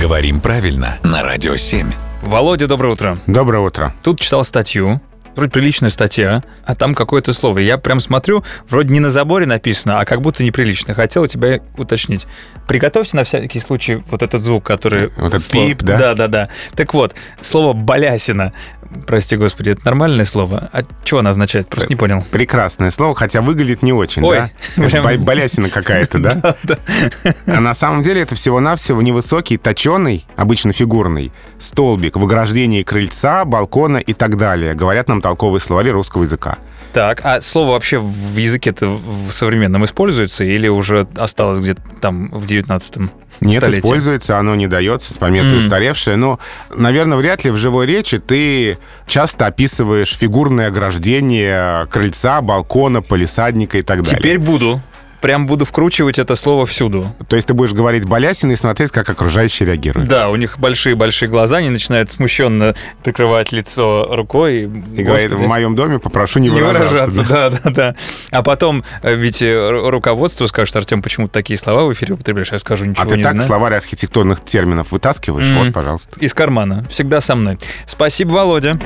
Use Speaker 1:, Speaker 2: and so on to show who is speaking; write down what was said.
Speaker 1: Говорим правильно на Радио 7.
Speaker 2: Володя, доброе утро.
Speaker 3: Доброе утро.
Speaker 2: Тут читал статью, вроде приличная статья, а там какое-то слово. Я прям смотрю, вроде не на заборе написано, а как будто неприлично. Хотел у тебя уточнить. Приготовьте на всякий случай вот этот звук, который...
Speaker 3: Вот этот
Speaker 2: слово-
Speaker 3: пип, да?
Speaker 2: Да, да, да. Так вот, слово «балясина». Прости, господи, это нормальное слово? А что оно означает? Просто не понял.
Speaker 3: Прекрасное слово, хотя выглядит не очень,
Speaker 2: Ой,
Speaker 3: да?
Speaker 2: прям-
Speaker 3: Бо- Болясина какая-то, да? А на самом деле это всего-навсего невысокий, точеный, обычно фигурный, столбик в ограждении крыльца, балкона и так далее, говорят нам толковые словари русского языка.
Speaker 2: Так, а слово вообще в языке-то в современном используется или уже осталось где-то там в 19
Speaker 3: Нет,
Speaker 2: столетии?
Speaker 3: используется, оно не дается, с пометой
Speaker 2: М.
Speaker 3: устаревшее. Но, наверное, вряд ли в живой речи ты часто описываешь фигурное ограждение крыльца, балкона, полисадника и так далее.
Speaker 2: Теперь буду. Прям буду вкручивать это слово всюду.
Speaker 3: То есть ты будешь говорить балясина и смотреть, как окружающие реагируют.
Speaker 2: Да, у них большие-большие глаза, они начинают смущенно прикрывать лицо рукой.
Speaker 3: И говорит, в моем доме попрошу не
Speaker 2: не
Speaker 3: выражаться.
Speaker 2: выражаться,
Speaker 3: Да.
Speaker 2: да, да, да. А потом, э, ведь э, ру- руководство скажет, Артем, почему ты такие слова в эфире употребляешь? Я скажу, ничего
Speaker 3: А ты
Speaker 2: не
Speaker 3: так
Speaker 2: знаю.
Speaker 3: словарь архитектурных терминов вытаскиваешь?
Speaker 2: Мгм.
Speaker 3: Вот, пожалуйста.
Speaker 2: Из кармана. Всегда со мной. Спасибо, Володя.